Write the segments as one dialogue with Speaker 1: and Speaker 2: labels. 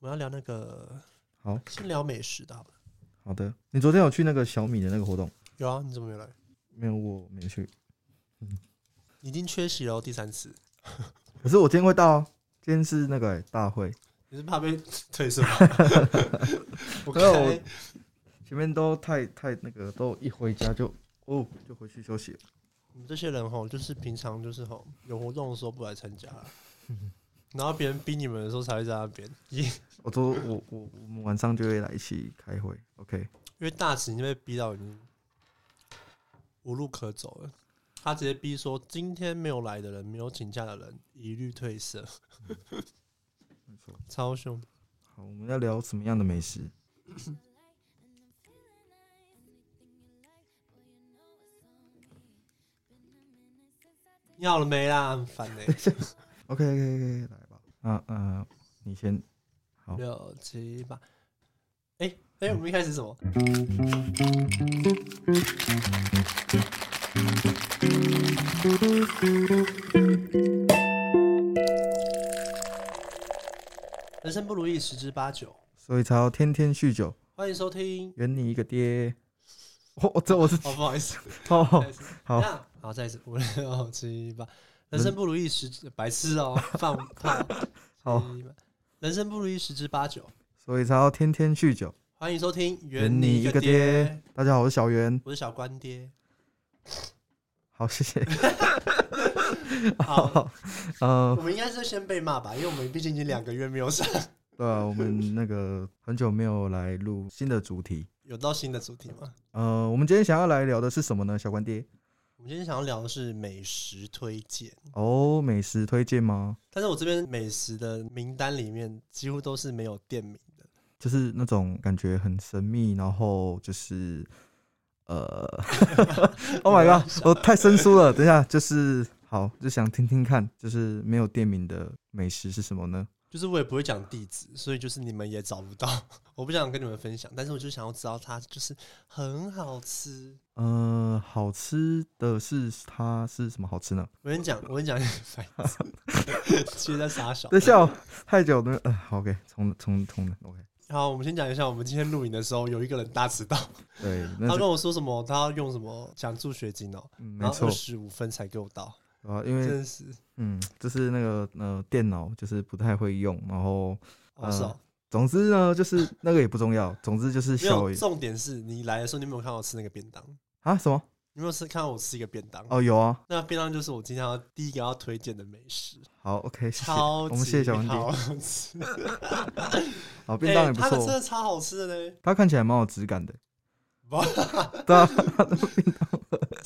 Speaker 1: 我要聊那个，
Speaker 2: 好
Speaker 1: 先聊美食的好了。
Speaker 2: 好的，你昨天有去那个小米的那个活动？
Speaker 1: 有啊，你怎么没来？
Speaker 2: 没有，我没去。
Speaker 1: 你已经缺席了哦第三次，
Speaker 2: 可是我今天会到、啊，今天是那个欸、大会，
Speaker 1: 你是怕 被退是吗？我
Speaker 2: 没有我
Speaker 1: 看
Speaker 2: 前面都太太那个，都一回家就哦就回去休息了。
Speaker 1: 你们这些人吼，就是平常就是吼有活动的时候不来参加啦，然后别人逼你们的时候才会在那边。因
Speaker 2: 我都我我我们晚上就会来一起开会，OK？
Speaker 1: 因为大使已经被逼到已经无路可走了，他直接逼说今天没有来的人，没有请假的人一律退社，
Speaker 2: 嗯没错。
Speaker 1: 超凶。
Speaker 2: 好，我们要聊什么样的美食？
Speaker 1: 你好了没啦？很烦欸呢、
Speaker 2: OK OK OK，来吧。啊呃，你先好
Speaker 1: 六七八，哎、哎、我们一开始是什么？人生不如意十之八九，
Speaker 2: 所以才要天天酗酒，
Speaker 1: 欢迎收听。
Speaker 2: 圆你一个爹。我、我这我是
Speaker 1: 哦，不好意思，
Speaker 2: 哦
Speaker 1: 再一次
Speaker 2: 好
Speaker 1: 这样好，再一次五六七八，人生不如意十之白痴哦，放炮。
Speaker 2: 好，
Speaker 1: 七八，人生不如意十之八九，
Speaker 2: 所以才要天天酗酒。
Speaker 1: 欢迎收听《
Speaker 2: 圆你一个爹，。大家好，我是小圆。
Speaker 1: 我是小关爹。
Speaker 2: 好，谢 谢。
Speaker 1: 好，
Speaker 2: 呃
Speaker 1: 我，们应该是先被骂吧，因为我们毕竟已经两个月没有上，
Speaker 2: 对啊，我们那个很久没有来录新的主题。
Speaker 1: 有到新的主题吗？
Speaker 2: 呃，我们今天想要来聊的是什么呢？小关爹，
Speaker 1: 我们今天想要聊的是美食推荐，
Speaker 2: 哦，美食推荐吗？
Speaker 1: 但是我这边美食的名单里面几乎都是没有店名的，
Speaker 2: 就是那种感觉很神秘，然后就是呃 ，Oh my god，我太生疏了。等一下，就是好，就想听听看，就是没有店名的美食是什么呢？
Speaker 1: 就是我也不会讲地址，所以就是你们也找不到。 我不想跟你们分享，但是我就想要知道它就是很好吃。
Speaker 2: 呃，好吃的是它是什么好吃呢？
Speaker 1: 我跟你讲，我跟你讲，反应其实在傻笑。
Speaker 2: 等一下哦、太久了。呃，好，OK，重重重的，OK。
Speaker 1: 好，我们先讲一下，我们今天录影的时候有一个人大迟到，
Speaker 2: 对，那
Speaker 1: 他
Speaker 2: 是
Speaker 1: 跟我说什么，他要用什么奖助学金哦、
Speaker 2: 嗯没
Speaker 1: 然后
Speaker 2: 错
Speaker 1: 二十五分才给我到，
Speaker 2: 啊，因为
Speaker 1: 真是
Speaker 2: 嗯，就是那个呃电脑就是不太会用，然后
Speaker 1: 好少。
Speaker 2: 总之 呢，就是那个也不重要，总之就是
Speaker 1: 没
Speaker 2: 小
Speaker 1: 有，重点是你来的时候，你有没有看到我吃那个便当？你
Speaker 2: 啊什么
Speaker 1: 有没有吃看到我吃一个便当？
Speaker 2: 哦有啊，
Speaker 1: 那便当就是我今天要第一个要推荐的美食，
Speaker 2: 好 OK，谢谢，
Speaker 1: 超
Speaker 2: 我
Speaker 1: 级
Speaker 2: 们谢谢小文弟，
Speaker 1: 好吃，
Speaker 2: 好 便当也
Speaker 1: 欸
Speaker 2: 不
Speaker 1: 它的真
Speaker 2: 错，
Speaker 1: 的超好吃的嘞。
Speaker 2: 它看起来蛮有质感的
Speaker 1: 哇，
Speaker 2: 对啊，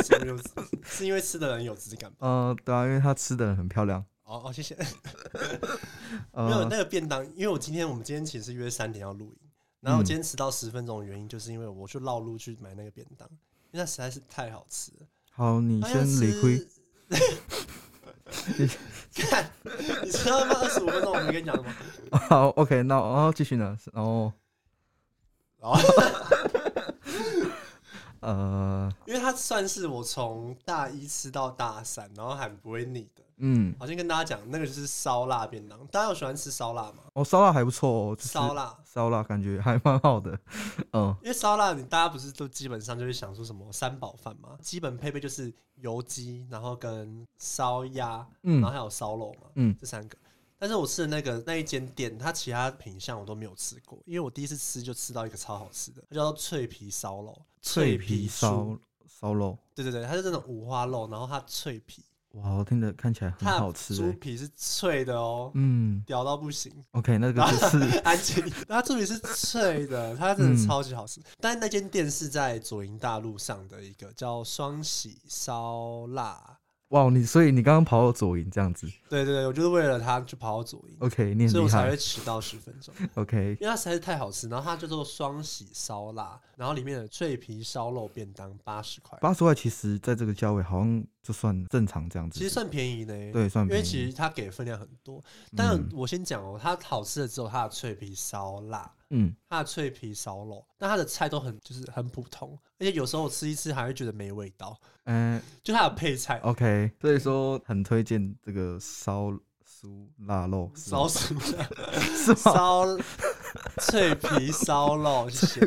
Speaker 1: 什么有质是因为吃的人有质感吧？
Speaker 2: 呃对啊，因为它吃的很漂亮，
Speaker 1: 哦哦，谢谢。
Speaker 2: 嗯
Speaker 1: 没有
Speaker 2: 呃
Speaker 1: 那个便当，因为我今天我们今天其实是约三点要录影，然后我
Speaker 2: 嗯
Speaker 1: 今天迟到十分钟的原因，就是因为我去绕路去买那个便当，因为它实在是太好吃了。
Speaker 2: 好，你
Speaker 1: 好
Speaker 2: 先
Speaker 1: 像
Speaker 2: 理亏，
Speaker 1: 是。看，你知道吗？二十五分钟我没跟你讲什么？
Speaker 2: 好 OK，那然后继续呢，然后
Speaker 1: 然后，
Speaker 2: 呃
Speaker 1: 因为它算是我从大一吃到大三，然后还不会腻的。
Speaker 2: 嗯，
Speaker 1: 好像跟大家讲，那个就是烧腊便当。大家有喜欢吃烧腊吗？
Speaker 2: 哦烧腊还不错哦，就是
Speaker 1: 烧腊，
Speaker 2: 烧腊感觉还蛮好的，嗯。
Speaker 1: 因为烧腊你大家不是都基本上就是想说什么三宝饭嘛，基本配备就是油鸡，然后跟烧鸭，然后
Speaker 2: 嗯，
Speaker 1: 还有烧肉嘛，
Speaker 2: 嗯
Speaker 1: 这三个。但是我吃的那个那一间店，它其他品相我都没有吃过，因为我第一次吃就吃到一个超好吃的，它叫做脆皮烧肉，
Speaker 2: 脆皮
Speaker 1: 酥，
Speaker 2: 烧烧肉，
Speaker 1: 对对对，它是那种五花肉，然后它脆皮，
Speaker 2: 哇，我听着看起来很
Speaker 1: 它
Speaker 2: 好
Speaker 1: 的
Speaker 2: 吃、
Speaker 1: 猪
Speaker 2: 欸。
Speaker 1: 皮是脆的哦，
Speaker 2: 嗯
Speaker 1: 屌到不行，
Speaker 2: ，OK，那个 就是
Speaker 1: 安琪，它猪皮是脆的，它真的
Speaker 2: 嗯
Speaker 1: 超级好吃。但是那间店是在左营大路上的一个叫双喜烧腊，
Speaker 2: 哇，你所以你刚刚跑到左营这样子
Speaker 1: 对对对，我就是为了它就跑到左营，
Speaker 2: ，OK，你哦
Speaker 1: 所以
Speaker 2: 很厉
Speaker 1: 我才会
Speaker 2: 害
Speaker 1: 迟到十分钟。
Speaker 2: ，OK，
Speaker 1: 因为它实在是太好吃，然后它叫做双喜烧腊，然后里面的脆皮烧肉便当八十块，
Speaker 2: 八十块其实在这个价位好像就算正常这样子，
Speaker 1: 其实算便宜呢。，欸
Speaker 2: 对算
Speaker 1: 因为
Speaker 2: 便宜，
Speaker 1: 其实它给的分量很多。但
Speaker 2: 嗯
Speaker 1: 我先讲哦，它好吃的只有它的脆皮烧腊，
Speaker 2: 嗯
Speaker 1: 它的脆皮烧肉，但它的菜都很就是很普通，而且有时候我吃一吃还会觉得没味道，
Speaker 2: 嗯、
Speaker 1: 就它的配菜
Speaker 2: o k 所以说很推荐这个烧酥腊肉，是
Speaker 1: 烧
Speaker 2: 吗
Speaker 1: 什么
Speaker 2: 是吗？
Speaker 1: 烧脆皮烧肉，谢谢，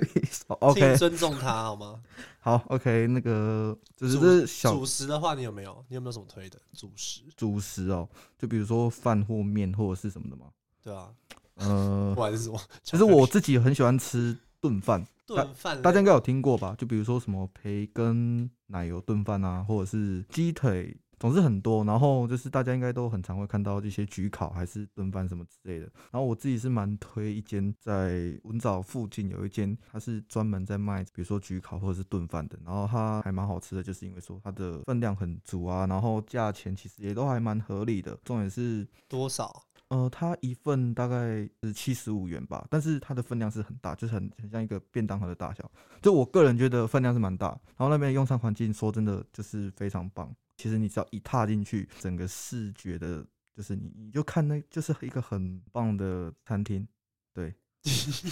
Speaker 2: 好
Speaker 1: 请
Speaker 2: ，OK，
Speaker 1: 尊重他好吗？
Speaker 2: 好，OK，那个就是
Speaker 1: 主
Speaker 2: 这是小
Speaker 1: 主食的话，你有没有？你有没有什么推的主食？
Speaker 2: 主食哦，就比如说饭或面或者是什么的嘛。
Speaker 1: 对啊，
Speaker 2: 呃
Speaker 1: 不，管是什么，
Speaker 2: 其实我自己很喜欢吃炖饭，
Speaker 1: 炖饭类，
Speaker 2: 大家应该有听过吧？就比如说什么培根奶油炖饭啊，或者是鸡腿，总之很多。然后就是大家应该都很常会看到一些焗烤还是炖饭什么之类的。然后我自己是蛮推一间在文藻附近有一间，它是专门在卖比如说焗烤或者是炖饭的。然后它还蛮好吃的，就是因为说它的分量很足啊，然后价钱其实也都还蛮合理的。重点是
Speaker 1: 多少？
Speaker 2: 呃，它一份大概是七十五元吧，但是它的分量是很大，就是很很像一个便当盒的大小。就我个人觉得分量是蛮大，然后那边的用餐环境说真的就是非常棒。其实你只要一踏进去，整个视觉的，就是你你就看那就是一个很棒的餐厅。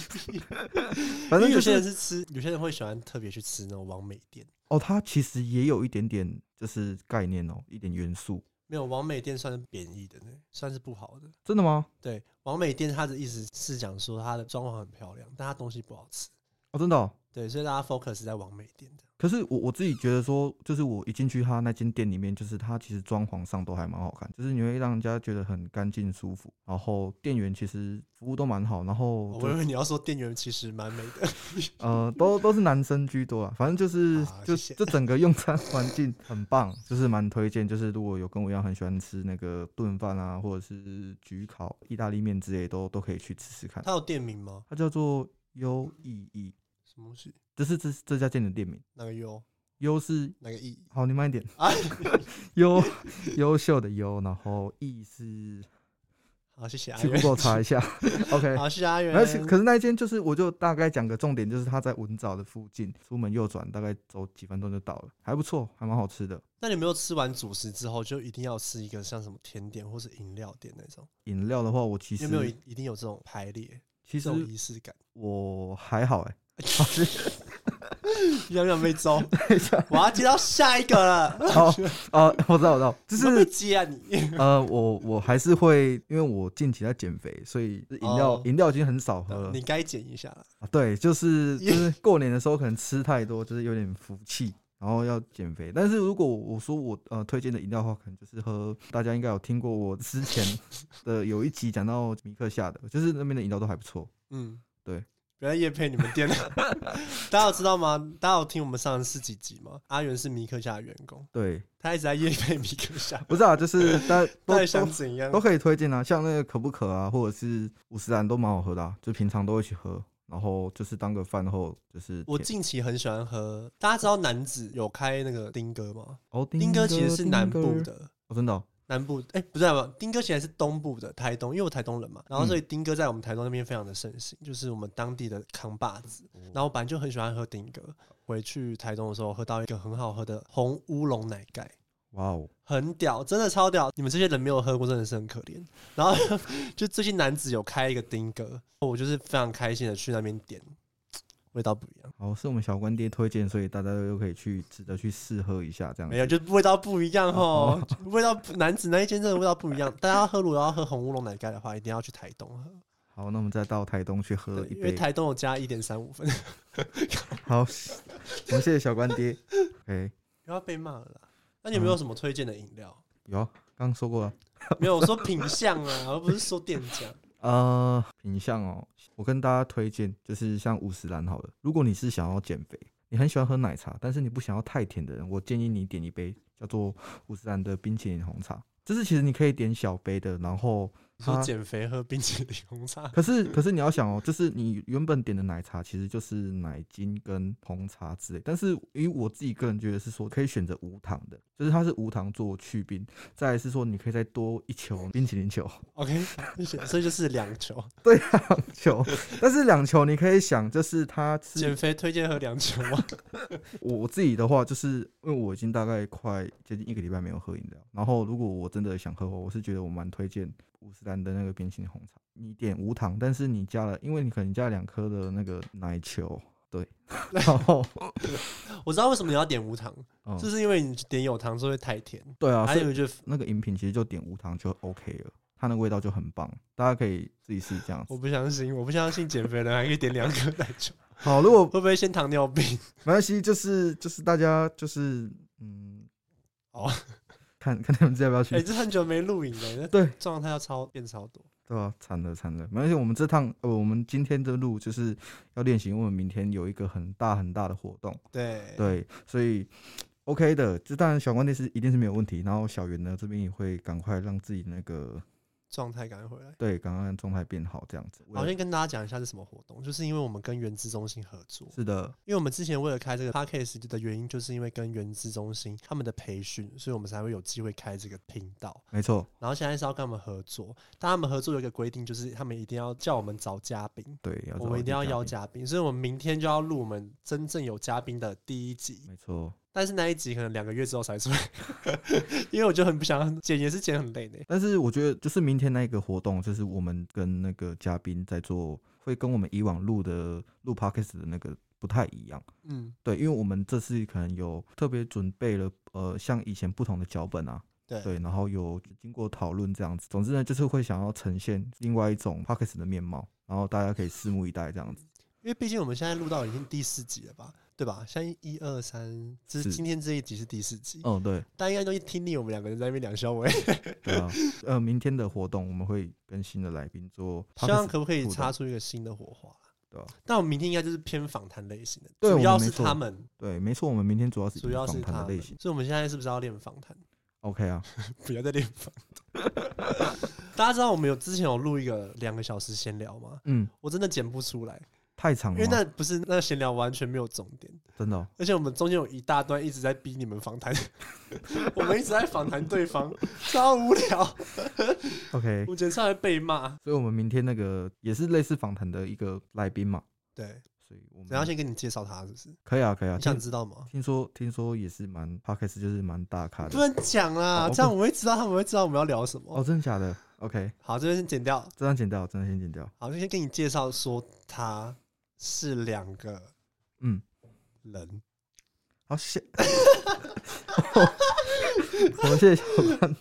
Speaker 2: 反
Speaker 1: 因
Speaker 2: 正
Speaker 1: 为有
Speaker 2: 就
Speaker 1: 些人
Speaker 2: 是
Speaker 1: 是吃，有些人会喜欢特别去吃那种王美店，
Speaker 2: 哦，它其实也有一点点就是概念哦，一点元素。
Speaker 1: 没有王美店算是贬义的呢，算是不好的。
Speaker 2: 真的吗？
Speaker 1: 对，王美店它的意思是讲说它的装潢很漂亮，但它东西不好吃。
Speaker 2: 哦，真的哦、
Speaker 1: 对，所以大家 focus 在王美店的。
Speaker 2: 可是我我自己觉得说，就是我一进去他那间店里面，就是他其实装潢上都还蛮好看，就是你会让人家觉得很干净舒服，然后店员其实服务都蛮好，然后
Speaker 1: 哦我
Speaker 2: 就
Speaker 1: 以为你要说店员其实蛮美的，
Speaker 2: 呃都都是男生居多啊，反正就是
Speaker 1: 好
Speaker 2: 就
Speaker 1: 谢谢
Speaker 2: 就整个用餐环境很棒，就是蛮推荐，就是如果有跟我一样很喜欢吃那个炖饭啊，或者是焗烤、意大利面之类，都都可以去吃吃看。
Speaker 1: 它有店名吗？
Speaker 2: 它叫做优意义，
Speaker 1: 什么东西？
Speaker 2: 这是这这家店的店名。
Speaker 1: 哪个优？
Speaker 2: 优是
Speaker 1: 哪个义？
Speaker 2: 好，你慢一点。
Speaker 1: 啊，
Speaker 2: 优优秀的优，然后意是
Speaker 1: 好，谢谢阿
Speaker 2: 去
Speaker 1: 元。
Speaker 2: Google 查一下。OK，
Speaker 1: 好，谢谢阿元。
Speaker 2: 而且可是那一间就是，我就大概讲个重点，就是它在文藻的附近，出门右转大概走几分钟就到了，还不错，还蛮好吃的。
Speaker 1: 那你有没有吃完主食之后，就一定要吃一个像什么甜点或是饮料店那种？
Speaker 2: 饮料的话，我其
Speaker 1: 你有没有
Speaker 2: 实
Speaker 1: 一一定有这种排列、
Speaker 2: 其
Speaker 1: 这种
Speaker 2: 实
Speaker 1: 仪式感？
Speaker 2: 我还好 哎、
Speaker 1: 要不要被 揍？
Speaker 2: 等一下
Speaker 1: 我要接到下一个了，
Speaker 2: 哦哦，我知道我知道，就
Speaker 1: 怎么 被
Speaker 2: 是
Speaker 1: 接啊你？
Speaker 2: 呃，我我还是会，因为我近期在减肥，所以饮料
Speaker 1: 哦
Speaker 2: 饮料已经很少喝了
Speaker 1: 你。该减一下了。
Speaker 2: 啊，对，就是就
Speaker 1: 也
Speaker 2: 是过年的时候可能吃太多，就是有点服气，然后要减肥。但是如果我说我呃推荐的饮料的话，可能就是喝，大家应该有听过我之 前的有一集讲到米克夏的，就是那边的饮料都还不错。
Speaker 1: 嗯，
Speaker 2: 对，
Speaker 1: 不要夜配你们店了。 大家有知道吗？大家有听我们上次几集吗？阿元是米克夏的员工，
Speaker 2: 对，
Speaker 1: 他一直在夜配米克夏，
Speaker 2: 不是啊，就是大家
Speaker 1: 到
Speaker 2: 都
Speaker 1: 底想
Speaker 2: 都
Speaker 1: 怎样
Speaker 2: 都？可以推荐啊，像那个可不可啊，或者是五十兰都蛮好喝的、啊，就平常都会去喝，然后就是当个饭后就是
Speaker 1: 我
Speaker 2: 甜
Speaker 1: 近期很喜欢喝，大家知道男子有开那个丁哥吗？
Speaker 2: 哦，
Speaker 1: 丁哥其实是
Speaker 2: 丁
Speaker 1: 南
Speaker 2: 哥
Speaker 1: 部，的，
Speaker 2: 哦，真的哦、
Speaker 1: 南部哎、不是南部，丁哥其实是东部的，台东，因为我台东人嘛，然后所以丁哥在我们台东那边非常的盛行，就是我们当地的扛把子。然后我本来就很喜欢喝丁哥，回去台东的时候喝到一个很好喝的红乌龙奶盖。
Speaker 2: 哇哦，
Speaker 1: 很屌，真的超屌！你们这些人没有喝过，真的是很可怜。然后 就最近男子有开一个丁哥，我就是非常开心的去那边点，味道不一样，
Speaker 2: 好，是我们小关爹推荐，所以大家又可以去值得去试喝一下，这样
Speaker 1: 没有，就是味道不一样哦，味道不男子那一间真的味道不一样。大家喝如果要喝红乌龙奶盖的话，一定要去台东喝，
Speaker 2: 好，那我们再到台东去喝
Speaker 1: 对
Speaker 2: 一
Speaker 1: 因为
Speaker 2: 杯。
Speaker 1: 台东有加一点三五分，
Speaker 2: 好，我们谢谢小关爹。OK，
Speaker 1: 又要被骂了啦。那你
Speaker 2: 嗯
Speaker 1: 有没有什么推荐的饮料？
Speaker 2: 有啊，刚刚说过了。
Speaker 1: 没有，我说品相啊，而不是说店 家。
Speaker 2: 呃，品相哦，我跟大家推荐就是像五十兰好了。如果你是想要减肥，你很喜欢喝奶茶，但是你不想要太甜的人，我建议你点一杯叫做五十兰的冰淇淋红茶。就是其实你可以点小杯的，然后
Speaker 1: 你说
Speaker 2: 它
Speaker 1: 减肥喝冰淇淋红茶，
Speaker 2: 可是可是你要想哦，就是你原本点的奶茶其实就是奶精跟红茶之类，但是因为我自己个人觉得是说可以选择无糖的，就是它是无糖做去冰，再来是说你可以再多一球冰淇淋球，
Speaker 1: ，OK，谢谢所以就是两球。
Speaker 2: 球，但是两球你可以想，就是它是
Speaker 1: 减肥推荐喝两球吗？
Speaker 2: 我我自己的话，就是因为我已经大概快接近一个礼拜没有喝饮料，然后如果我真的想喝的话，我是觉得我蛮推荐五十兰的那个冰淇淋红茶，你点无糖，但是你加了，因为你可能加了两颗的那个奶球。 对，然后
Speaker 1: 我知道为什么你要点无糖，
Speaker 2: 嗯
Speaker 1: 就是因为你点有糖是会太甜，
Speaker 2: 对啊，
Speaker 1: 还
Speaker 2: 所以
Speaker 1: 有就
Speaker 2: 那个饮品其实就点无糖就 OK 了，它那个味道就很棒，大家可以自己试这样
Speaker 1: 我
Speaker 2: 子。
Speaker 1: 不相信，我不相信减肥的人还可以点两颗奶酒，
Speaker 2: 好，如果
Speaker 1: 会不会先糖尿 病？
Speaker 2: 没关系，就是就是大家就是嗯，
Speaker 1: 好，
Speaker 2: 看看他们要不要去
Speaker 1: 哦哎、，这很久没录影了，那
Speaker 2: 对
Speaker 1: 状态要超变超多。
Speaker 2: 对吧、惨了惨了，没关系，我们这趟呃，我们今天的路就是要练习，因为我们明天有一个很大很大的活动，
Speaker 1: 对，
Speaker 2: 对，所以 OK 的，这当然小关键是一定是没有问题。然后小圆呢这边也会赶快让自己那个
Speaker 1: 状态赶快回来。
Speaker 2: 对，赶快让状态变好，这样子。
Speaker 1: 好，先跟大家讲一下是什么活动，就是因为我们跟原资中心合作，
Speaker 2: 是的，
Speaker 1: 因为我们之前为了开这个 podcast 的原因，就是因为跟原资中心他们的培训，所以我们才会有机会开这个频道。
Speaker 2: 没错，
Speaker 1: 然后现在是要跟他们合作，但他们合作有一个规定，就是他们一定要叫我们找嘉宾，
Speaker 2: 对，要
Speaker 1: 我们一定要邀
Speaker 2: 嘉
Speaker 1: 嘉宾，所以我们明天就要录我们真正有嘉宾的第一集
Speaker 2: 宾，。没错。
Speaker 1: 但是那一集可能两个月之后才出来， 因为我就很不想剪，也是剪很累的。欸
Speaker 2: 但是我觉得就是明天那个活动，就是我们跟那个嘉宾在做，会跟我们以往录的录 podcast 的那个不太一样。
Speaker 1: 嗯，
Speaker 2: 对，因为我们这次可能有特别准备了，呃，像以前不同的脚本啊，
Speaker 1: 对
Speaker 2: 对，然后有经过讨论这样子。总之呢，就是会想要呈现另外一种 p o c k e t 的面貌，然后大家可以拭目以待这样子。
Speaker 1: 因为毕竟我们现在录到已经第四集了吧，对吧？像一二三，这是
Speaker 2: 是
Speaker 1: 今天这一集是第四集，
Speaker 2: 嗯，对，
Speaker 1: 大家应该都一听腻我们两个人在那边两小伟。
Speaker 2: 对啊，呃，明天的活动我们会跟新的来宾做 p
Speaker 1: 希
Speaker 2: o
Speaker 1: 望
Speaker 2: c k e
Speaker 1: 可不可以
Speaker 2: 互动
Speaker 1: 擦出一个新的火花？
Speaker 2: 对啊吧、
Speaker 1: 但我们明天应该就是偏访谈类型的，
Speaker 2: 对
Speaker 1: 主要
Speaker 2: 我们
Speaker 1: 是
Speaker 2: 没错
Speaker 1: 他们，
Speaker 2: 对，没错，我们明天主要是
Speaker 1: 主要是
Speaker 2: 访
Speaker 1: 他
Speaker 2: 谈的
Speaker 1: 们
Speaker 2: 类型。
Speaker 1: 所以我们现在是不是要练访谈？
Speaker 2: OK 啊，
Speaker 1: 不要再练访谈。 大家知道我们有之前有录一个两个小时闲聊吗？
Speaker 2: 嗯，
Speaker 1: 我真的剪不出来，
Speaker 2: 太长
Speaker 1: 因
Speaker 2: 了
Speaker 1: 为
Speaker 2: 吗，
Speaker 1: 那不是那个闲聊完全没有重点，
Speaker 2: 真的哦、
Speaker 1: 而且我们中间有一大段一直在逼你们访谈， 我们一直在访谈对方， 超无聊，
Speaker 2: OK。
Speaker 1: 我觉得超来被骂。
Speaker 2: 所以我们明天那个也是类似访谈的一个来宾嘛，
Speaker 1: 对，
Speaker 2: 所以我们
Speaker 1: 然后先跟你介绍他，是不是？
Speaker 2: 可以啊，可以啊，
Speaker 1: 你想
Speaker 2: 听
Speaker 1: 知道吗？
Speaker 2: 听说听说也是蛮 p o c k e t 就是蛮大咖
Speaker 1: 嗯不
Speaker 2: 的
Speaker 1: 能讲啦，
Speaker 2: 哦
Speaker 1: 这样我会知道，他们会知道我们要聊什
Speaker 2: 哦，
Speaker 1: 么。
Speaker 2: 真的假的？OK，
Speaker 1: 好，这边先剪掉。
Speaker 2: 这张剪掉，真的先剪掉。
Speaker 1: 好，就先跟你介绍说他是两个
Speaker 2: 嗯，
Speaker 1: 人，
Speaker 2: 好 谢，我们谢谢小关，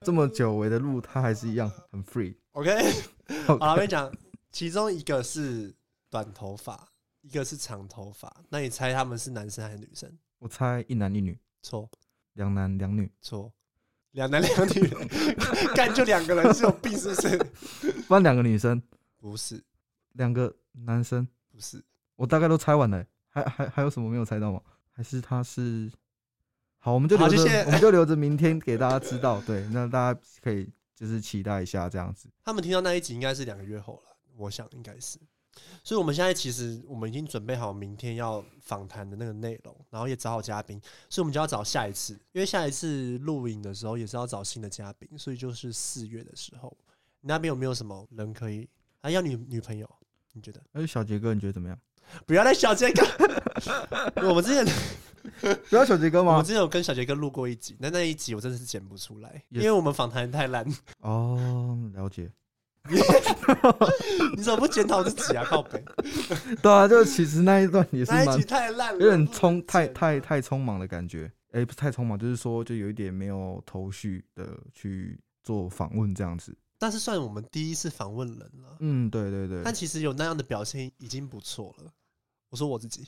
Speaker 2: 这么久违的路，他还是一样很 free。
Speaker 1: OK，
Speaker 2: OK
Speaker 1: 好，我跟你讲，其中一个是短头发，一个是长头发。那你猜他们是男生还是女生？
Speaker 2: 我猜一男一女，
Speaker 1: 错
Speaker 2: 两男两女，
Speaker 1: 错，两男两女，干就两个人是有病是不是？
Speaker 2: 不然两个女生，
Speaker 1: 不是
Speaker 2: 两个男生，
Speaker 1: 不是，
Speaker 2: 我大概都猜完了欸、还还还有什么没有猜到吗？还是他是？好，我们就
Speaker 1: 好
Speaker 2: 留着
Speaker 1: 谢谢，
Speaker 2: 我们就留着明天给大家知道。对，那大家可以就是期待一下这样子。
Speaker 1: 他们听到那一集应该是两个月后了，我想应该是。所以我们现在其实我们已经准备好明天要访谈的那个内容，然后也找好嘉宾，所以我们就要找下一次，因为下一次录影的时候也是要找新的嘉宾，所以就是四月的时候。你那边有没有什么人可以？还、要女女朋友？你觉得？
Speaker 2: 哎，小杰哥，你觉得怎么样？
Speaker 1: 不要再小杰 哥，我们之前
Speaker 2: 不要小杰哥
Speaker 1: 我们
Speaker 2: 吗？
Speaker 1: 之前有跟小杰哥录过一集，但那一集我真的是剪不出来，
Speaker 2: 也
Speaker 1: 因
Speaker 2: 是
Speaker 1: 为我们访谈太烂。
Speaker 2: 哦，了解。
Speaker 1: 你怎么不检讨自己啊？靠北，
Speaker 2: 对啊，就其实那一段也是
Speaker 1: 那
Speaker 2: 蛮
Speaker 1: 一集太烂了，
Speaker 2: 有点匆
Speaker 1: 不能
Speaker 2: 太
Speaker 1: 剪
Speaker 2: 太太匆忙的感觉。哎、不是太匆忙，就是说就有一点没有头绪的去做访问这样子。
Speaker 1: 但是算我们第一次访问人了，
Speaker 2: 嗯，对对对
Speaker 1: 但，其实有那样的表现已经不错了。我说我自
Speaker 2: 嗯
Speaker 1: 己，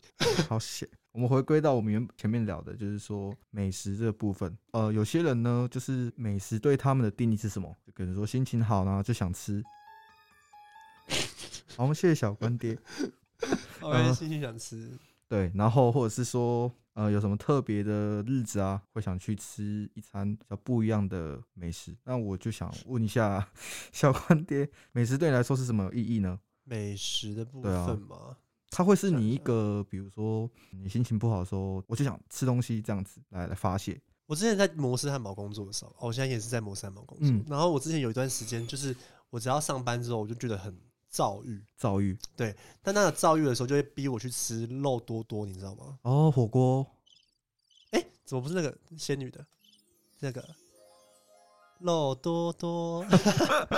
Speaker 2: 好险。我们回归到我们原前面聊的，就是说美食这部分。呃，有些人呢，就是美食对他们的定义是什么？就可能说心情好呢，就想吃。好，我们谢谢小关爹。
Speaker 1: 我
Speaker 2: 嗯
Speaker 1: 心情想吃，
Speaker 2: 对，然后或者是说，呃，有什么特别的日子啊，会想去吃一餐比较不一样的美食。那我就想问一下 小关爹，美食对你来说是什么有意义呢？
Speaker 1: 美食的部
Speaker 2: 对啊
Speaker 1: 分嘛，
Speaker 2: 它会是
Speaker 1: 想
Speaker 2: 你一
Speaker 1: 想
Speaker 2: 个，比如说你心情不好的时候，我就想吃东西这样子来来发泄。
Speaker 1: 我之前在摩斯汉堡工作的时候，哦，我现在也是在摩斯汉堡工作。
Speaker 2: 嗯
Speaker 1: 然后我之前有一段时间，就是我只要上班之后，我就觉得很躁郁。
Speaker 2: 遭遇
Speaker 1: 但那个躁郁的时候，就会逼我去吃肉多多，你知道吗？
Speaker 2: 哦，火锅
Speaker 1: 哎、怎么不是那个仙女的？那个肉多多，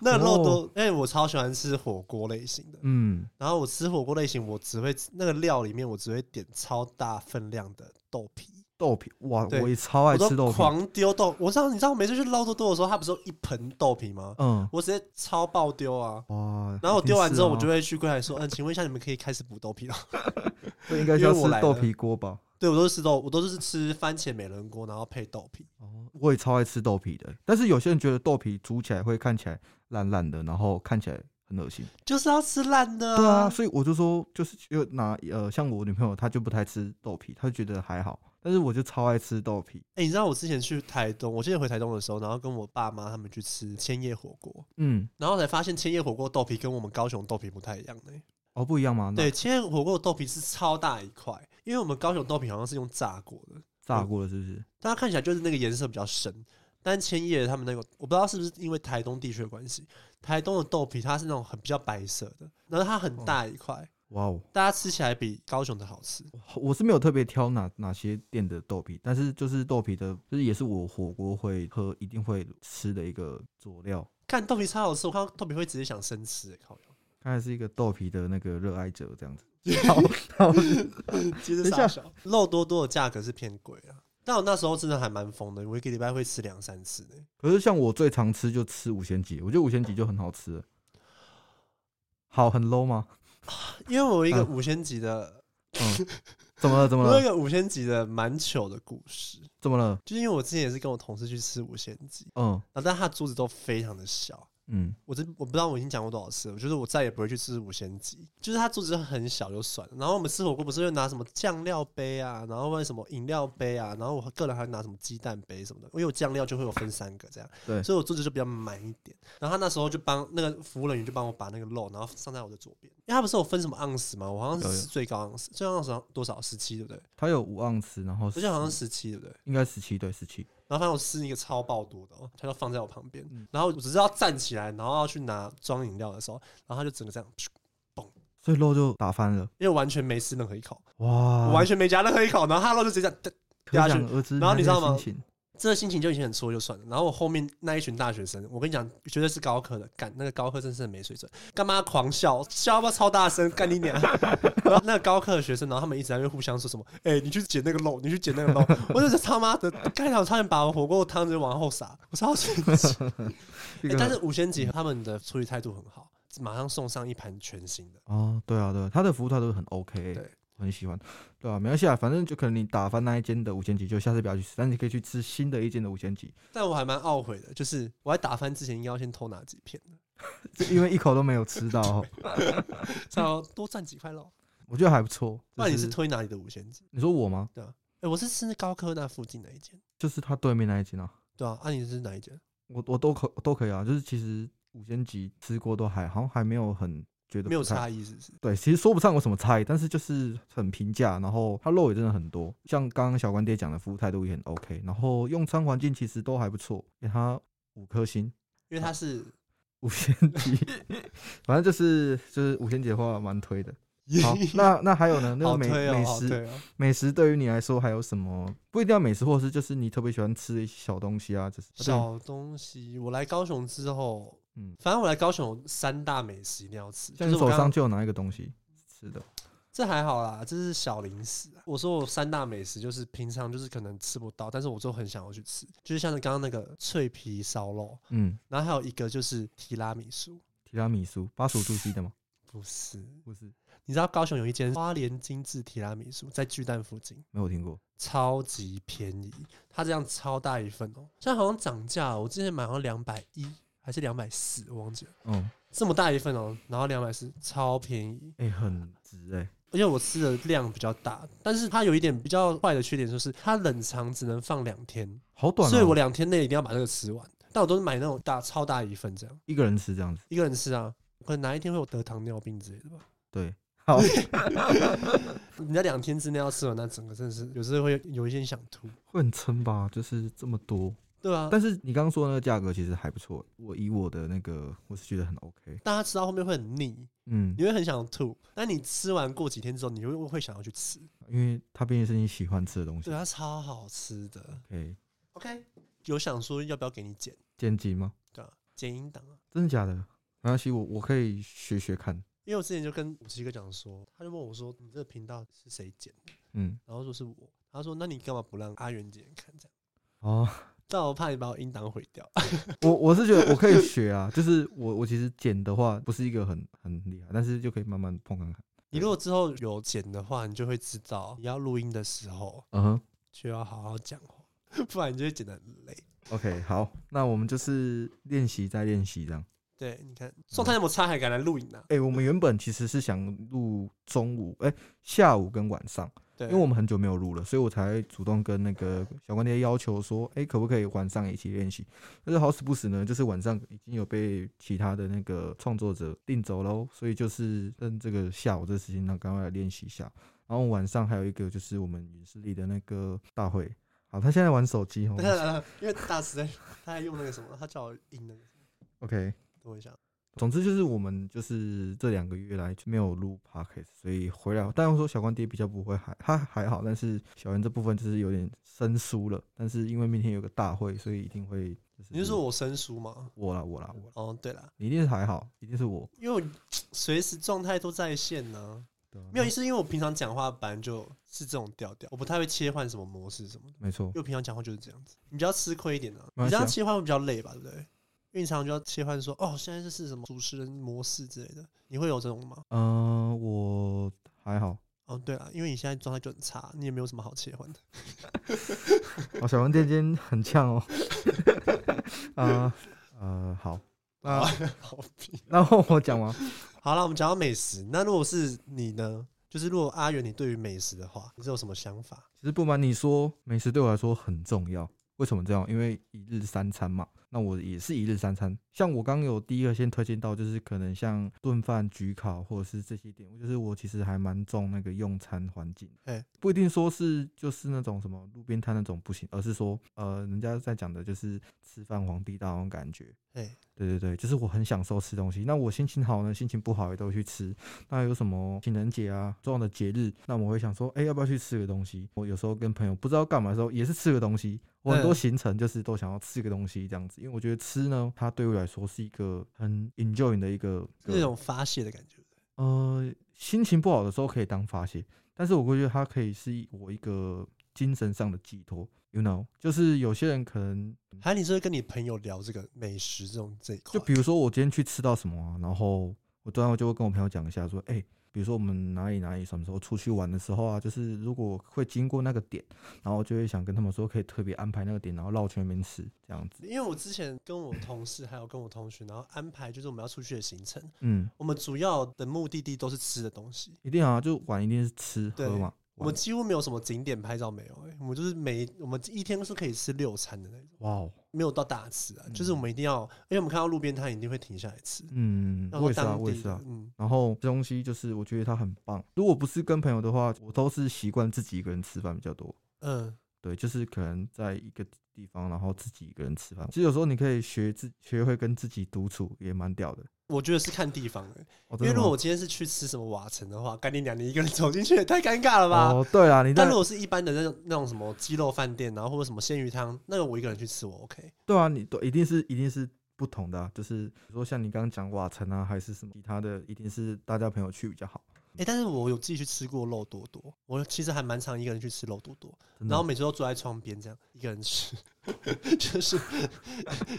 Speaker 1: 那个肉
Speaker 2: 哦
Speaker 1: 多，哎、我超喜欢吃火锅类型的。
Speaker 2: 嗯，
Speaker 1: 然后我吃火锅类型，我只会那个料里面我只会点超大分量的豆皮，
Speaker 2: 豆皮，哇，
Speaker 1: 对
Speaker 2: 我也超爱
Speaker 1: 我
Speaker 2: 吃
Speaker 1: 都
Speaker 2: 豆皮，
Speaker 1: 狂丢豆。我知道，你知道我每次去捞豆豆的时候，他不是有一盆豆皮吗？
Speaker 2: 嗯，
Speaker 1: 我直接超爆丢啊！
Speaker 2: 哇，
Speaker 1: 然后我
Speaker 2: 一定
Speaker 1: 丢完
Speaker 2: 是
Speaker 1: 之后，
Speaker 2: 啊
Speaker 1: 我就会去柜台说：“嗯，请问一下，你们可以开始补豆皮了吗
Speaker 2: 这应该是
Speaker 1: 因为
Speaker 2: 要
Speaker 1: 我来
Speaker 2: 吃豆
Speaker 1: 了
Speaker 2: 皮锅吧？？”
Speaker 1: 对，我都是吃豆，我都是吃番茄美人锅，然后配豆皮。
Speaker 2: 哦，我也超爱吃豆皮的，但是有些人觉得豆皮煮起来会看起来烂烂的，然后看起来很恶心。
Speaker 1: 就是要吃烂的、
Speaker 2: 对啊，所以我就说，就是就拿呃，像我女朋友她就不太吃豆皮，她就觉得还好，但是我就超爱吃豆皮。
Speaker 1: 哎、你知道我之前去台东，我之前回台东的时候，然后跟我爸妈他们去吃千叶火锅，
Speaker 2: 嗯，
Speaker 1: 然后才发现千叶火锅豆皮跟我们高雄豆皮不太一样呢、
Speaker 2: 哦，不一样吗？那
Speaker 1: 对，千叶火锅的豆皮是超大一块，因为我们高雄豆皮好像是用炸过的，
Speaker 2: 炸过了是不是？
Speaker 1: 但它看起来就是那个颜色比较深。但千叶他们那个，我不知道是不是因为台东地区的关系，台东的豆皮它是那种很比较白色的，然后它
Speaker 2: 嗯
Speaker 1: 很大一块，
Speaker 2: 哇哦，
Speaker 1: 大家吃起来比高雄的好吃。
Speaker 2: 我是没有特别挑哪哪些店的豆皮，但是就是豆皮的，就是也是我火锅会喝一定会吃的一个佐料。
Speaker 1: 看豆皮超好吃，我看到豆皮会直接想生吃、欸，靠腰！
Speaker 2: 他还是一个豆皮的那个热爱者这样子。
Speaker 1: 接着
Speaker 2: 等一下
Speaker 1: 傻笑。肉多多的价格是偏贵啊，但我那时候真的还蛮疯的，我一个礼拜会吃两三次呢、
Speaker 2: 可是像我最常吃就吃五仙鸡，我觉得五仙鸡就很好吃了。好，很 low 吗？
Speaker 1: 因为我有一个
Speaker 2: 嗯
Speaker 1: 五仙级的，
Speaker 2: 嗯，怎么了？怎么
Speaker 1: 我有一
Speaker 2: 了？
Speaker 1: 个五仙级的蛮糗的故事，
Speaker 2: 怎么了？
Speaker 1: 就是因为我之前也是跟我同事去吃五仙级，
Speaker 2: 嗯
Speaker 1: 然后但他的桌子都非常的小。
Speaker 2: 嗯，
Speaker 1: 我真我不知道我已经讲过多少次了，就是我再也不会去吃五仙鸡，就是它桌子很小就算了。然后我们吃火锅不是会拿什么酱料杯啊，然后或者什么饮料杯啊，然后我个人还会拿什么鸡蛋杯什么的，因为我酱料就会有分三个这样，
Speaker 2: 对
Speaker 1: 所以我桌子就比较满一点。然后他那时候就帮那个服务人员就帮我把那个肉，然后放在我的左边，因为他不是有分什么盎司嘛，我好像
Speaker 2: 有有
Speaker 1: 是吃最高盎司，最高盎司多少十七对不对？
Speaker 2: 它有五盎司，然后
Speaker 1: 我记得好像
Speaker 2: 10
Speaker 1: 十七对不对？
Speaker 2: 应该十七对十七。
Speaker 1: 然后反正我吃一个超爆多的、哦，他就放在我旁边
Speaker 2: 嗯，
Speaker 1: 然后我只是要站起来，然后要去拿装饮料的时候，然后他就整个这样，咻
Speaker 2: 所以肉就打翻了，
Speaker 1: 因为我完全没吃任何一口，
Speaker 2: 哇！
Speaker 1: 我完全没夹任何一口，然后他肉就直接这样嘚，
Speaker 2: 可
Speaker 1: 掉下
Speaker 2: 想
Speaker 1: 去
Speaker 2: 而知
Speaker 1: 然后
Speaker 2: 他
Speaker 1: 你
Speaker 2: 那
Speaker 1: 知
Speaker 2: 个
Speaker 1: 道吗
Speaker 2: 心情
Speaker 1: 这个心情就已经很挫就算了。然后我后面那一群大学生，我跟你讲，绝对是高科的，干那个高科真是很没水准，干嘛狂笑，笑到超大声，干你娘！ 然后那个高科的学生，然后他们一直在那边互相说什么，哎、你去捡那个肉，你去捡那个肉，我就是他妈的，刚才我差点把我火锅汤直接往后洒，我超生气。
Speaker 2: 这
Speaker 1: 欸
Speaker 2: 个
Speaker 1: 但是五仙姐他们的处理态度很好，马上送上一盘全新的。
Speaker 2: 哦，对啊，对啊，他的服务态度很 OK，
Speaker 1: 对，
Speaker 2: 我很喜欢，对啊，没关系啊，反正就可能你打翻那一间的五千级，就下次不要去吃，但是你可以去吃新的一间的五千级，
Speaker 1: 但我还蛮懊悔的，就是我在打翻之前应该要先偷拿几片，
Speaker 2: 就因为一口都没有吃到哦，
Speaker 1: 这样多赚几块肉。
Speaker 2: 我觉得还不错。
Speaker 1: 不然你
Speaker 2: 就是
Speaker 1: 推哪里的五仙姐？
Speaker 2: 你说我吗？
Speaker 1: 哎、我是吃高科那附近那一间。
Speaker 2: 就是他对面那一间啊，
Speaker 1: 对啊，啊你是哪一间？
Speaker 2: 我我都可都可以啊，就是其实五千级吃过都还好像还没有很觉得
Speaker 1: 没有
Speaker 2: 不太
Speaker 1: 差异是不是？
Speaker 2: 对，其实说不上有什么差异，但是就是很平价，然后它肉也真的很多，像刚刚小关爹讲的服务态度也很 OK，然后用餐环境其实都还不错，给他五颗星，
Speaker 1: 因为它是，
Speaker 2: 五仙级，反正就是就是五仙节的话蛮推的。好 那那还有呢？那个
Speaker 1: 好
Speaker 2: 美、
Speaker 1: 推
Speaker 2: 美
Speaker 1: 哦，好
Speaker 2: 食
Speaker 1: 推哦。
Speaker 2: 美食对于你来说还有什么不一定要美食，或者是就是你特别喜欢吃的一些小东西啊，就是对
Speaker 1: 小东西，我来高雄之后，
Speaker 2: 嗯，
Speaker 1: 反正我来高雄有三大美食一定要吃，就
Speaker 2: 像
Speaker 1: 是我
Speaker 2: 你手
Speaker 1: 刚
Speaker 2: 上就有拿一个东西吃的，
Speaker 1: 这还好啦，这是小零食啊、我说我三大美食就是平常就是可能吃不到，但是我就很想要去吃，就是像刚刚那个脆皮烧肉，
Speaker 2: 嗯，
Speaker 1: 然后还有一个就是提拉米苏。
Speaker 2: 提拉米苏，巴蜀猪西的吗？
Speaker 1: 不是，
Speaker 2: 不是，
Speaker 1: 你知道高雄有一间花莲精致提拉米苏，在巨蛋附近，
Speaker 2: 没有听过。
Speaker 1: 超级便宜，它这样超大一份哦，现在好像涨价了，我之前买好像两百一还是两百四，我忘记了，
Speaker 2: 嗯，
Speaker 1: 这么大一份哦，然后两百四，超便宜，
Speaker 2: 哎、很值哎、
Speaker 1: 而且我吃的量比较大，但是它有一点比较坏的缺点，就是它冷藏只能放两天，
Speaker 2: 好短、哦，
Speaker 1: 所以我两天内一定要把这个吃完。但我都是买那种大超大一份，这样
Speaker 2: 一个人吃这样子。
Speaker 1: 一个人吃啊，可能哪一天会有得糖尿病之类的吧。
Speaker 2: 对，好，
Speaker 1: 你在两天之内要吃完，那整个真的是有时候会有一些想吐，
Speaker 2: 会很撑吧？就是这么多，
Speaker 1: 对啊。
Speaker 2: 但是你刚刚说的那个价格其实还不错。我以我的那个，我是觉得很 OK。
Speaker 1: 大家吃到后面会很腻，
Speaker 2: 嗯
Speaker 1: 你，会很想吐。但你吃完过几天之后，你又会想要去吃，
Speaker 2: 因为它毕竟是你喜欢吃的东西
Speaker 1: 对，。它超好吃的。
Speaker 2: OK，
Speaker 1: OK，有想说要不要给你剪，
Speaker 2: 剪辑吗？
Speaker 1: 对啊，剪音档啊。
Speaker 2: 真的假的？没关系，我我可以学学看。
Speaker 1: 因为我之前就跟五七哥讲说，他就问我说：“你这个频道是谁剪的
Speaker 2: 嗯，？”
Speaker 1: 然后说是我，他说：“那你干嘛不让阿元姐看？”这样，
Speaker 2: 哦，
Speaker 1: 但我怕你把我音档毁 掉。
Speaker 2: 我我是觉得我可以学啊，就是我我其实剪的话不是一个很很厉害，但是就可以慢慢碰看看。
Speaker 1: 你如果之后有剪的话，你就会知道你要录音的时候
Speaker 2: 嗯哼
Speaker 1: 就要好好讲话， 不然你就会剪得很累。
Speaker 2: ，OK，好，那我们就是练习再练习这样。
Speaker 1: 对，你看状态那么差，还敢来录影啊？
Speaker 2: 哎、我们原本其实是想录中午，哎、下午跟晚上，
Speaker 1: 对，
Speaker 2: 因为我们很久没有录了，所以我才主动跟那个小关爹要求说，哎、可不可以晚上也一起练习？但是好死不死呢，就是晚上已经有被其他的那个创作者订走喽，所以就是趁这个下午这时间呢，赶快来练习一下。然后晚上还有一个就是我们影视里的那个大会，好，他现在玩手机哦
Speaker 1: 等一下等一下啊因为大师在他还用那个什么，他叫我印那个，
Speaker 2: ，OK。
Speaker 1: 等我一下。
Speaker 2: 总之就是我们就是这两个月来就没有录 podcast，所以回来，当然说小关爹比较不会还他还好，但是小袁这部分就是有点生疏了。但是因为明天有个大会，所以一定会就是。
Speaker 1: 你是说我生疏吗？
Speaker 2: 我啦我啦我啦，
Speaker 1: 哦，对啦，
Speaker 2: 你一定是还好，一定是我。
Speaker 1: 因为我随时状态都在线呢、
Speaker 2: 对啊
Speaker 1: 没有，是因为我平常讲话本来就是这种调调，我不太会切换什么模式什么的，
Speaker 2: 没错
Speaker 1: 因，为我平常讲话就是这样子。你比较吃亏一点啊，
Speaker 2: 没关
Speaker 1: 你这
Speaker 2: 系啊
Speaker 1: 样切换会比较累吧，对不对？因为你常常就要切换说，哦，现在这是什么主持人模式之类的，你会有这种吗？
Speaker 2: 嗯、我还好。
Speaker 1: 哦，对了，因为你现在状态就很差，你也没有什么好切换的。
Speaker 2: 哦，小关爹今天很呛哦。 啊呃，好，那
Speaker 1: 好屁
Speaker 2: 然后我讲完。
Speaker 1: 好了，我们讲到美食，那如果是你呢？就是如果阿元你对于美食的话，你是有什么想法？
Speaker 2: 其实不瞒你说，美食对我来说很重要。为什么这样？因为一日三餐嘛。那我也是一日三餐。像我刚刚有第一个先推荐到，就是可能像炖饭、焗烤或者是这些点，就是我其实还蛮重那个用餐环境。
Speaker 1: 嘿
Speaker 2: 不一定说是就是那种什么路边摊那种不行，而是说呃，人家在讲的就是吃饭皇帝大那种感觉。
Speaker 1: 哎，
Speaker 2: 对对对，就是我很享受吃东西。那我心情好呢，心情不好也都会去吃。那有什么情人节啊，重要的节日，那我会想说，哎，要不要去吃个东西？我有时候跟朋友不知道干嘛的时候，也是吃个东西。我很多
Speaker 1: 嗯
Speaker 2: 行程就是都想要吃个东西这样子，因为我觉得吃呢，它对我来说是一个很 enjoy 的一个一个
Speaker 1: 那种发泄的感觉。
Speaker 2: 呃，心情不好的时候可以当发泄，但是我会觉得它可以是我一个精神上的寄托。You know，就是有些人可能
Speaker 1: 还有你是会跟你朋友聊这个美食这种这一块？
Speaker 2: 就比如说我今天去吃到什么啊、然后我当然就会跟我朋友讲一下，说，哎、比如说我们哪里哪里什么时候出去玩的时候啊，就是如果会经过那个点，然后就会想跟他们说，可以特别安排那个点，然后绕圈那边吃这样子。
Speaker 1: 因为我之前跟我同事还有跟我同学，然后安排就是我们要出去的行程，
Speaker 2: 嗯，
Speaker 1: 我们主要的目的地都是吃的东西，
Speaker 2: 一定啊，就玩一定是吃
Speaker 1: 对
Speaker 2: 喝嘛。
Speaker 1: 我们几乎没有什么景点拍照没有、欸，我们就是每我们一天是可以吃六餐的那种，
Speaker 2: 哇哦，
Speaker 1: 没有到大吃啊，就是我们一定要，因为我们看到路边摊一定会停下来吃，
Speaker 2: 嗯，
Speaker 1: 要到
Speaker 2: 我也是啊，
Speaker 1: 当
Speaker 2: 我
Speaker 1: 地
Speaker 2: 也是
Speaker 1: 的
Speaker 2: 啊。
Speaker 1: 嗯，
Speaker 2: 然后这东西就是我觉得它很棒。如果不是跟朋友的话，我都是习惯自己一个人吃饭比较多。
Speaker 1: 嗯，
Speaker 2: 对，就是可能在一个地方，然后自己一个人吃饭。其实有时候你可以学自学会跟自己独处，也蛮屌的。
Speaker 1: 我觉得是看地方、欸，
Speaker 2: 哦、
Speaker 1: 因
Speaker 2: 真
Speaker 1: 为
Speaker 2: 的
Speaker 1: 如果
Speaker 2: 吗
Speaker 1: 我今天是去吃什么瓦城的话，干你娘，你一个人走进去也太尴尬了吧。
Speaker 2: 哦，对啦，你
Speaker 1: 但
Speaker 2: 在
Speaker 1: 如果是一般的那种那种什么鸡肉饭店，然后或者什么鲜鱼汤，那个我一个人去吃我 OK。
Speaker 2: 对啊，你都一定是一定是不同的、啊，就是比如说像你刚刚讲瓦城啊，还是什么其他的，一定是大家朋友去比较好。
Speaker 1: 哎、但是我有自己去吃过肉多多，我其实还蛮常一个人去吃肉多多，
Speaker 2: 真的
Speaker 1: 然后每次都坐在窗边这样一个人吃， 就是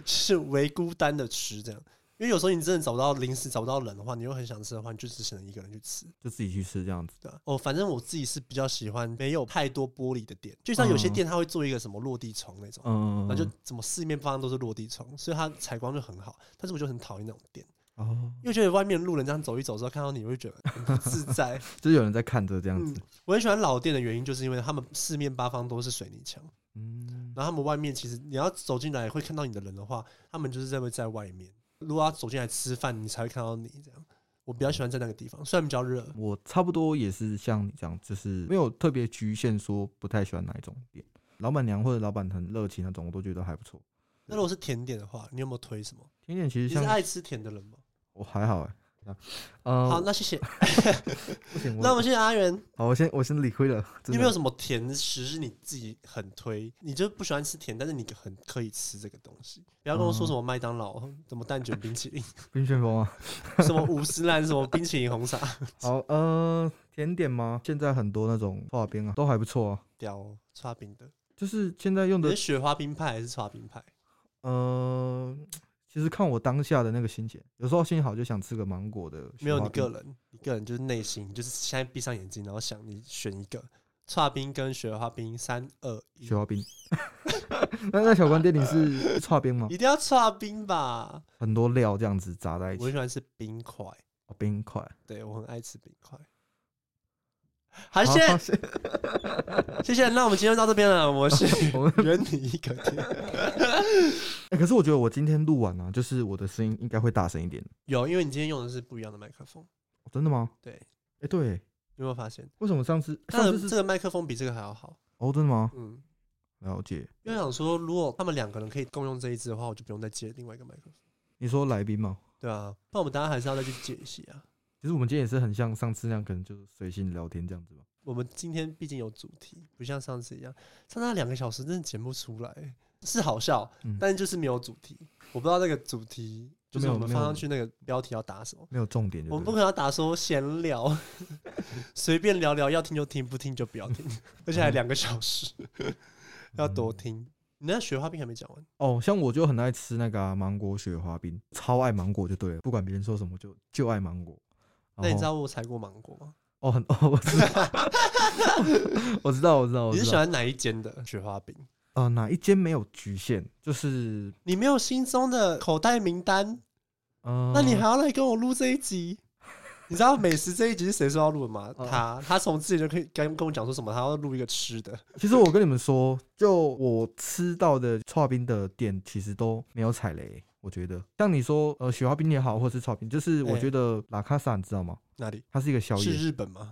Speaker 1: 是唯孤单的吃这样。因为有时候你真的找不到零食，找不到人的话，你又很想吃的话，你就只只能一个人去吃，
Speaker 2: 就自己去吃这样子。
Speaker 1: 对吧、哦，反正我自己是比较喜欢没有太多玻璃的店，就像有些
Speaker 2: 嗯
Speaker 1: 店它会做一个什么落地窗那种，
Speaker 2: 嗯，
Speaker 1: 然后就怎么四面八方都是落地窗，所以它采光就很好。但是我就很讨厌那种店，
Speaker 2: 哦，
Speaker 1: 因为觉得外面路人这样走一走之后，看到你会觉得很不自 在。
Speaker 2: 就是有人在看着这样
Speaker 1: 嗯
Speaker 2: 子。，
Speaker 1: 我很喜欢老店的原因，就是因为他们四面八方都是水泥墙，
Speaker 2: 嗯，
Speaker 1: 然后他们外面其实你要走进来会看到你的人的话，他们就是在会在外面。如果要走进来吃饭，你才会看到你这样。我比较喜欢在那个地方，虽然比较热，
Speaker 2: 我差不多也是像你这样，就是没有特别局限说不太喜欢哪一种店，老板娘或者老板很热情那种，我都觉得还不错。
Speaker 1: 那如果是甜点的话，你有没有推什么？
Speaker 2: 甜点其
Speaker 1: 你是
Speaker 2: 实像
Speaker 1: 爱吃甜的人吗？
Speaker 2: 我还好哎、欸，
Speaker 1: 好，
Speaker 2: 呃，
Speaker 1: 那谢谢。
Speaker 2: 不行，
Speaker 1: 那我
Speaker 2: 我
Speaker 1: 们谢谢阿元。
Speaker 2: 好，我先我先理亏了，
Speaker 1: 你
Speaker 2: 真
Speaker 1: 有没有
Speaker 2: 的。
Speaker 1: 什么甜食是你自己很推？你就不喜欢吃甜，但是你很可以吃这个东西。不要跟我说什么麦当劳、什么蛋卷冰淇淋、
Speaker 2: 冰旋风啊，
Speaker 1: 什么五十兰、什么 冰淇淋红茶。
Speaker 2: 好，呃，甜点吗？现在很多那种化冰啊，都还不错啊。
Speaker 1: 雕刷冰的？
Speaker 2: 就是现在用
Speaker 1: 你
Speaker 2: 的
Speaker 1: 是雪花冰派还是刷冰派？
Speaker 2: 呃，其实看我当下的那个心情，有时候心情好就想吃个芒果的雪花冰。
Speaker 1: 没有你个人，你个人就是内心，你就是现在闭上眼睛，然后想你选一个刷冰跟雪花冰，三二一
Speaker 2: 雪，花冰。 那那小关店里是 刨冰吗？
Speaker 1: 一定要刷冰吧？
Speaker 2: 很多料这样子炸在一
Speaker 1: 我很
Speaker 2: 起，
Speaker 1: 喜欢吃冰块，
Speaker 2: 哦冰块。
Speaker 1: 对我很爱吃冰块。好，谢谢
Speaker 2: 好放心
Speaker 1: 谢谢，那我们今天就到这边了，我 是
Speaker 2: 我们
Speaker 1: 圆你一个天。
Speaker 2: 欸可是我觉得我今天录完啊，就是我的声音应该会大声一点。
Speaker 1: 有，因为你今天用的是不一样的麦克风，
Speaker 2: 哦真的吗？
Speaker 1: 对，
Speaker 2: 哎、对，
Speaker 1: 有没有发现？
Speaker 2: 为什么上次上
Speaker 1: 那
Speaker 2: 次
Speaker 1: 这
Speaker 2: 是
Speaker 1: 个麦克风比这个还要好，
Speaker 2: 哦真的吗？
Speaker 1: 嗯。
Speaker 2: 了解。
Speaker 1: 因为想说，如果他们两个人可以共用这一支的话，我就不用再接另外一个麦克风。
Speaker 2: 你说来宾吗？
Speaker 1: 对啊，不然我们大家还是要再去解析啊。
Speaker 2: 其实我们今天也是很像上次那样，可能就是随性聊天这样子吧。
Speaker 1: 我们今天毕竟有主题，不像上次一样，上次那两个小时真的剪不出来，是好笑
Speaker 2: 嗯，
Speaker 1: 但是就是没有主题。我不知道那个主题，就
Speaker 2: 就没
Speaker 1: 是
Speaker 2: 有
Speaker 1: 我们放上去那个标题要打什么。
Speaker 2: 没有重点就
Speaker 1: 我们不
Speaker 2: 对
Speaker 1: 可能
Speaker 2: 了
Speaker 1: 要打说闲聊， 随便聊聊，要听就听，不听就不要 听，而且还两个小时，要多听。你那雪花冰还没讲完，
Speaker 2: 嗯哦，像我就很爱吃那个啊、芒果雪花冰，超爱芒果就对了，不管别人说什么就就爱芒果。
Speaker 1: 那你知
Speaker 2: 然后
Speaker 1: 道我采过芒果吗？
Speaker 2: 哦，很哦，我知道， 我知道，我知哦道，我
Speaker 1: 你是
Speaker 2: 知
Speaker 1: 喜
Speaker 2: 道。
Speaker 1: 欢哪一间的雪花冰？
Speaker 2: 呃，哪一间没有局限？就是，
Speaker 1: 你没有心中的口袋名单，
Speaker 2: 嗯、
Speaker 1: 那你还要来跟我录这一 集？你知道美食这一集是谁说要录的吗？
Speaker 2: 哦
Speaker 1: 他他从自己就可以跟跟我讲说什么，他要录一个吃的，
Speaker 2: 其实我跟你们说，就我吃到的刨冰的店，其实都没有踩雷。欸我觉得，像你说，呃，雪花冰也好，或是刨冰，就是我
Speaker 1: 哎
Speaker 2: 觉得拉卡萨，你知道吗？
Speaker 1: 哪里？
Speaker 2: 它是一个宵
Speaker 1: 是
Speaker 2: 夜，
Speaker 1: 日本 吗？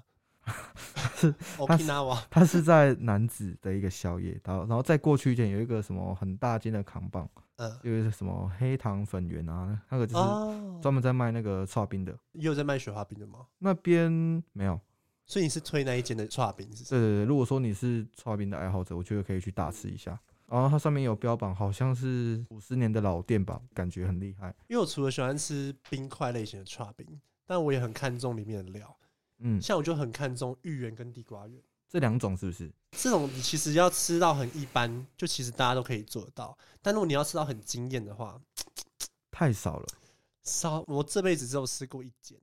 Speaker 2: 是
Speaker 1: Okinawa
Speaker 2: 它是在南子的一个宵夜，然后然后再过去一点有一个什么很大间的扛棒，
Speaker 1: 嗯
Speaker 2: 有一个什么黑糖粉圆啊，那个就是
Speaker 1: 哦，
Speaker 2: 专门在卖那个刨冰的。
Speaker 1: 也有在卖雪花冰的吗？
Speaker 2: 那边没有，
Speaker 1: 所以你是推那一间的刨冰是不是？
Speaker 2: 对对对，如果说你是刨冰的爱好者，我觉得可以去大吃一下。然后它上面有标榜，好像是五十年的老店吧，感觉很厉害。
Speaker 1: 因为我除了喜欢吃冰块类型的刨冰，但我也很看重里面的料，
Speaker 2: 嗯，
Speaker 1: 像我就很看重芋圆跟地瓜圆。
Speaker 2: 这两种是不是？
Speaker 1: 这种你其实要吃到很一般，就其实大家都可以做得到。但如果你要吃到很惊艳的话，
Speaker 2: 太少了。
Speaker 1: 烧我这辈子只有吃过一间，